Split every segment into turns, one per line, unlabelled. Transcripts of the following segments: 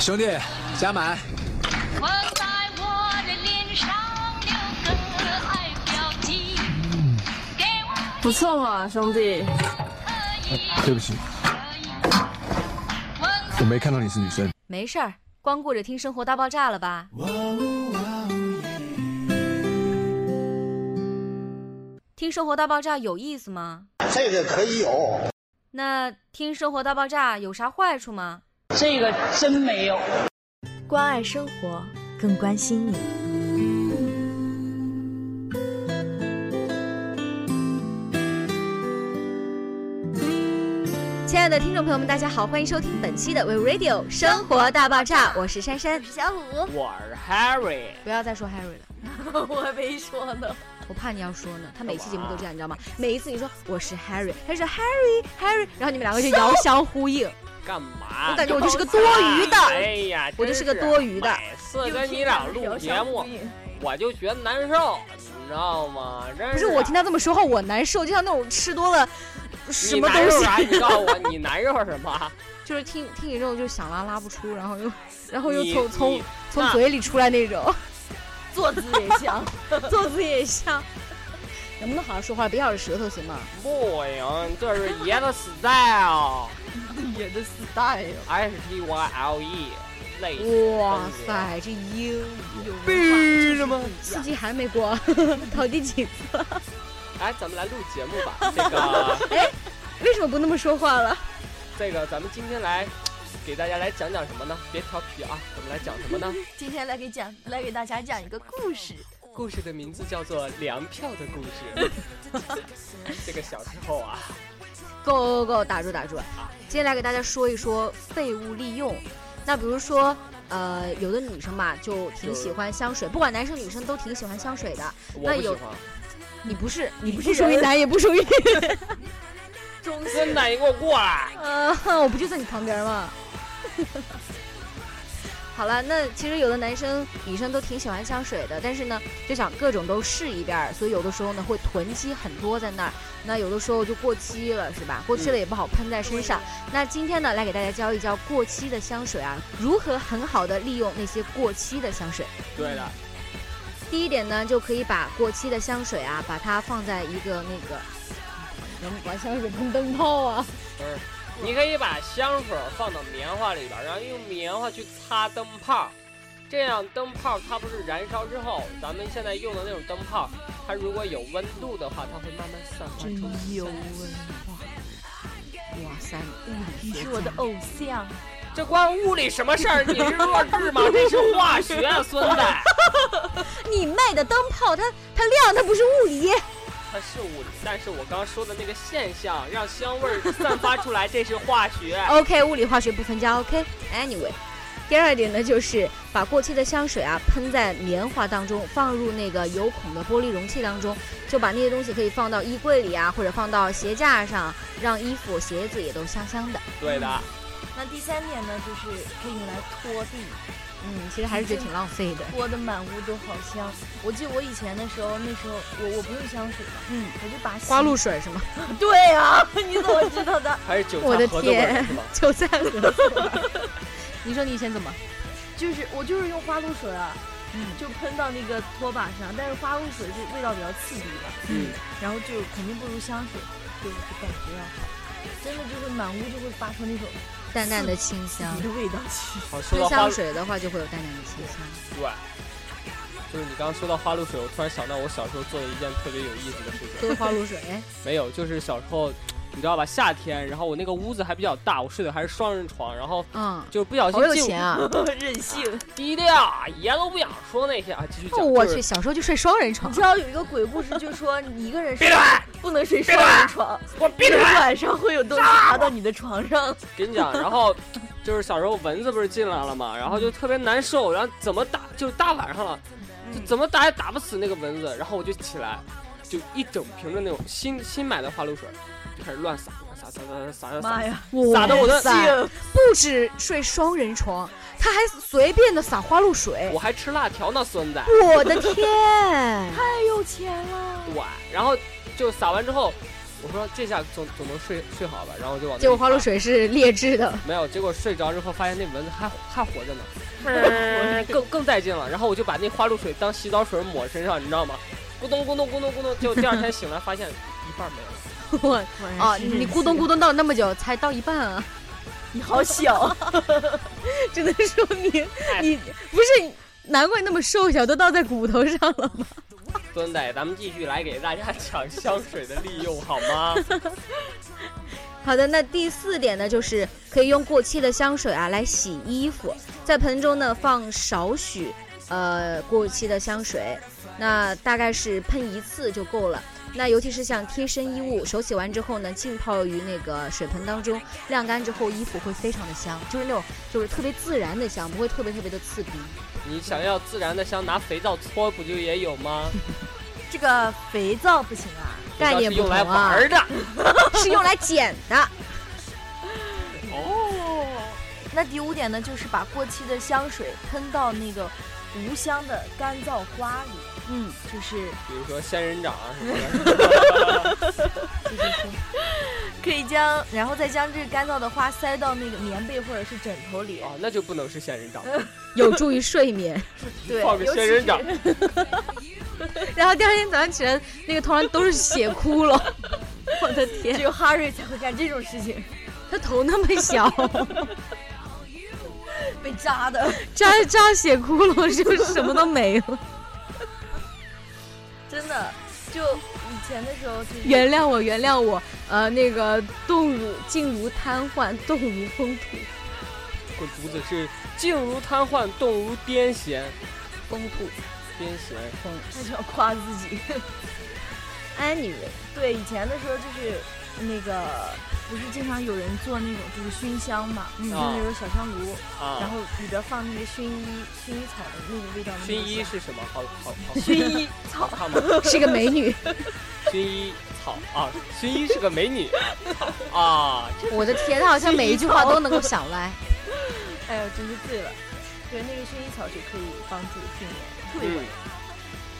兄弟，加满。
我在我的脸上留个爱标记，给我
不错嘛，兄弟。
可以
对不起，
可以，我
我没看到你是女生。
没事儿，光顾着听《生活大爆炸》了吧？听《生活大爆炸》有意思吗？
这个可以有，
那听《生活大爆炸》有啥坏处吗？
这个真没有。
关爱生活，更关心你。
亲爱的听众朋友们，大家好，欢迎收听本期的 We Radio 生活大爆炸，我是珊珊。
小虎，
我是 Harry，
不要再说 Harry 了，
我还没说呢。
我怕你要说呢。他每期节目都这样，你知道吗？每一次你说我是 Harry，他就说 Harry Harry，然后你们两个就遥相呼应。
干嘛？
我感觉我就是个多余的
哎呀，
我就是个
真
多余的
每次跟你俩录节目，我就觉得难受，你知道吗？真
不是我听他这么说话，我难受，就像那种吃多了什
你
么
难
东
受
西，
啥？你告诉我，你难受 什么？
就是听听你之后就想拉拉不出，然后又然后又
你
从从
你
从
那
嘴里出来那种，
坐姿也像，
做自己也像。能不能好好说话，别咬着舌头行吗？
不行，这是爷的 style，
也的 style。
S T Y L E，累死
哇塞，这英
逼
啊
了吗？
四级还没过， 考第几？
哎，咱们来录节目吧。 这个，
为什么不那么说话了？
这个，咱们今天来给大家来讲讲什么呢？别调皮啊，我们来讲什么呢？
今天来给讲，来给大家讲一个故事。
故事的名字叫做《粮票的故事》。这个小时候啊，
够够够，打住打住！接下来给大家说一说废物利用。那比如说，呃，有的女生吧，就挺喜欢香水，不管男生女生都挺喜欢香水的。
我
那
不喜
有
欢。
你不是，你不
是
属于
人
男，也不属于……
中
真的，你给我过来！
呃，我不就在你旁边吗？ 好了，那其实有的男生、女生都挺喜欢香水的，但是呢，就想各种都试一遍儿，所以有的时候呢会囤积很多在那儿，那有的时候就过期了，是吧？过期了也不好喷在身上。那今天呢，来给大家教一教过期的香水啊，如何很好的利用那些过期的香水。
对的，
第一点呢，就可以把过期的香水啊，把它放在一个那个，能把香水喷灯泡 啊。
你可以把香水放到棉花里边，然后用棉花去擦灯泡，这样灯泡它不是燃烧之后，咱们现在用的那种灯泡，它如果有温度的话，它会慢慢散发出香。
哇塞，
你是我的
哦
偶像，
这关物理什么事儿？你是弱智吗？这是化学啊，孙子！
你卖的灯泡它它亮，它不是物理。
它是物理，但是我刚刚说的那个现象，让香味儿散发出来，这是化学。
OK，物理化学不分家。OK，Anyway，、第二点呢，就是把过期的香水啊喷在棉花当中，放入那个有孔的玻璃容器当中，就把那些东西可以放到衣柜里啊，或者放到鞋架上，让衣服、鞋子也都香香的。
对的，
那第三点呢，就是可以用来拖地，
嗯，其实还是觉得挺浪费的。
拖的满屋都好香。我记得我以前的时候，那时候我我不用香水嘛，
嗯，
我就把洗
花露。水是吗？
对啊，你怎么知道的？
还是韭
我
菜
的
盒子味儿
天
是吧？
韭菜盒子。 你说你以前怎么？
就是我就是用花露水啊，
嗯
就喷到那个拖把上，但是花露水就味道比较刺鼻吧，
嗯，
然后就肯定不如香水，就就感觉要啊好。真的就是满屋就会发出那种
淡淡的清香。
你的味道去。
好，
喷
说到花
香
露水，
水的话，就会有淡淡的清香。
就是你刚刚说到花露水，我突然想到我小时候做的一件特别有意思的事情。
多花露水，
没有，就是小时候，你知道吧？夏天，然后我那个屋子还比较大，我睡的还是双人床，然后
嗯，
就不小
好有
心进
钱啊！
任性。
低调，爷都不想说那些啊。继续讲，
哦我去，
就是
小时候就睡双人床
你知。道有一个鬼故事，就说你一个人睡
闭嘴，
不能睡双人床，
我闭嘴！
晚上会有东西爬到你的床上。
跟你讲，然后就是小时候蚊子不是进来了嘛，然后
嗯
就特别难受，然后怎么打就是大晚上了，就
嗯
怎么打也打不死那个蚊子，然后我就起来，就一整瓶的那种新新买的花露水，就开始乱撒撒撒撒撒撒
妈
撒，
呀！
撒的我的
哇塞不止睡双人床，他还随便的撒花露水。
我还吃辣条呢，孙子。
我的天！
太有钱了，
对，然后就撒完之后，我我说这下总总能睡睡好吧，然后我就往那
结果
一
花露
趴
水是劣质的，
没有，结果睡着之后发现那蚊子还还活着呢，
嗯
更更带劲了。然后我就把那花露水当洗澡水抹身上，你知道吗？咕咚咕咚咕咚咕咚，就第二天醒来发现一半没了。
我
果然
哦，
是人
你咕咚咕咚到那么久才到一半啊，
你好小，
只能说明你不是，难怪那么瘦小，都倒在骨头上了吗？
蹲仔，咱们继续来给大家讲香水的利用好吗？
好的，那第四点呢，就是可以用过期的香水啊来洗衣服，在盆中呢放少许呃过期的香水，那大概是喷一次就够了。那尤其是像贴身衣物，手洗完之后呢，浸泡于那个水盆当中，晾干之后，衣服会非常的香，就是那种就是特别自然的香，不会特别特别的刺鼻。
你想要自然的香，拿肥皂搓不就也有吗？
这个肥皂不行啊，
概念
肥皂
不
是用
同
来玩
啊，
儿的。
是用来剪的。
哦，
那第五点呢，就是把过期的香水喷到那个无香的干燥花里，
嗯，
就是
比如说仙人掌啊什么的。
继续说。
可以将，然后再将这个干燥的花塞到那个棉被或者是枕头里，
哦，那就不能是仙人掌，
有助于睡眠。
对，
放个
尤其
仙人掌
是
然后第二天早上起来，那个头上都是血窟窿。 我的天，
只有哈瑞才会干这种事情，
他头那么小，
被扎的，
扎扎血窟窿就什么都没了。
真的。就以前的时候，就是
原谅我，原谅我，呃，那个动如静如瘫痪，动如风土，
滚犊子是静如瘫痪，动如癫痫，
风土
癫痫。
那就要夸自己。
anyway，
对，以前的时候就是那个，不是经常有人做那种就是熏香嘛，就是那种小香炉，
啊，
然后里边放那个薰衣薰衣草的那个味道。
薰衣 是什么？好好好，
薰衣草，
好吗？
是个美女。
薰衣草啊，薰衣是个美女啊，
我的天，她好像每一句话都能够想歪。
哎呦，真是醉了。对，那个薰衣草就可以帮助助眠，特别
嗯
管用。。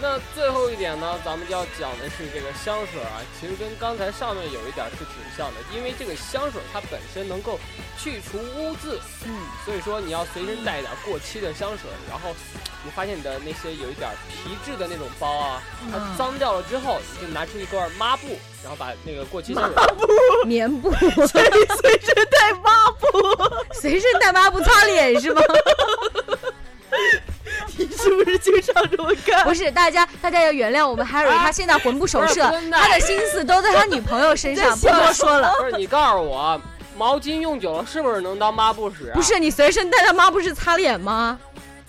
那最后一点呢，咱们就要讲的是这个香水啊，其实跟刚才上面有一点是挺像的，因为这个香水它本身能够去除污渍，
嗯，
所以说你要随身带一点过期的香水，然后你发现你的那些有一点皮质的那种包啊，
嗯
它脏掉了之后，你就拿出一块抹布，然后把那个过期香水
棉布， 随随身带抹布，随身带抹布擦脸是吗？
你是不是经常这么干？
不是，大家大家要原谅我们 Harry，、
啊
他现在魂不守
不是
舍，
真的
他啊的心思都在他女朋友身上，不
真是
多说了。
不是你告诉我，毛巾用久了是不是能当抹布使啊？
不是你随身带的抹布是擦脸吗？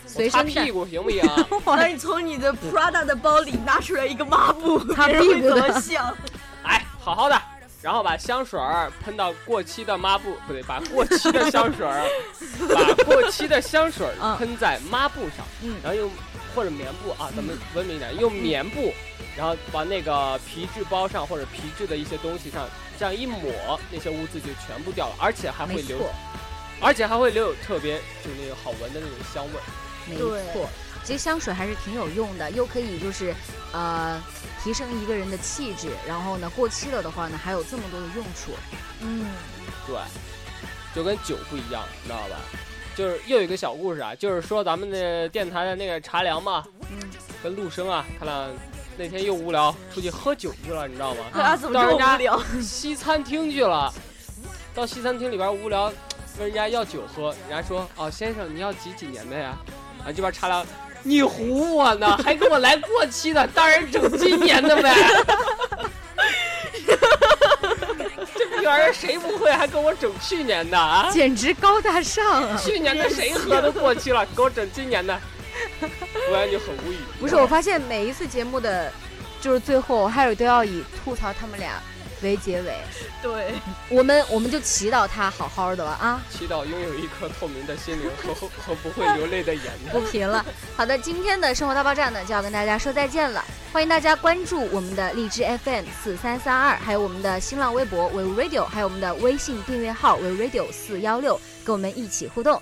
我
随
擦
身带
屁股行不啊行？
那你从你的 Prada 的包里拿出来一个抹布，
擦
别人
屁
会
股
怎
的
么想？
哎，好好的，然后把香水儿喷到过期的抹布，不对，把过期的香水儿，把过期的香水儿
嗯
喷在抹布上，
嗯
然后用或者棉布啊，咱们文明一点，用棉布，然后往那个皮质包上或者皮质的一些东西上，这样一抹，那些污渍就全部掉了，而且还会
没
留，
错，
而且还会留有特别就是那种好闻的那种香味儿。
没
对
错。其实香水还是挺有用的，又可以就是呃提升一个人的气质，然后呢过期了的话呢还有这么多的用处。
嗯，
对，就跟酒不一样，你知道吧？就是又有一个小故事啊，就是说咱们的电台的那个茶凉嘛，
嗯
跟陆生啊，他俩那天又无聊，出去喝酒去了，你知道吗？
啊，怎么这么无聊？
西餐厅去了，到西餐厅里边无聊，问人家要酒喝，人家说哦先生你要几几年的呀？啊这边茶凉，你唬我呢，还给我来过期的，当然整今年的呗。这逼玩意儿谁不会，还跟我整去年的啊？
简直高大上啊！
去年的谁喝都过期了，给我整今年的，突然就很无语。
不是，我发现每一次节目的就是最后 Harry 都要以吐槽他们俩为结尾，
对，
我们我们就祈祷他好好的了啊。
祈祷拥有一颗透明的心灵和和不会流泪的眼睛。
不贫了。好的，今天的生活大爆炸呢就要跟大家说再见了，欢迎大家关注我们的荔枝 FM 四三三二，还有我们的新浪微博 We Radio，还有我们的微信订阅号 We Radio 四幺六，跟我们一起互动。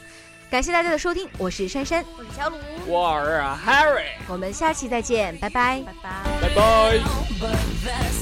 感谢大家的收听，我是珊珊，
我是小鲁，
我尔 Harry，
我们下期再见，拜拜。
拜拜。
拜拜。
But that's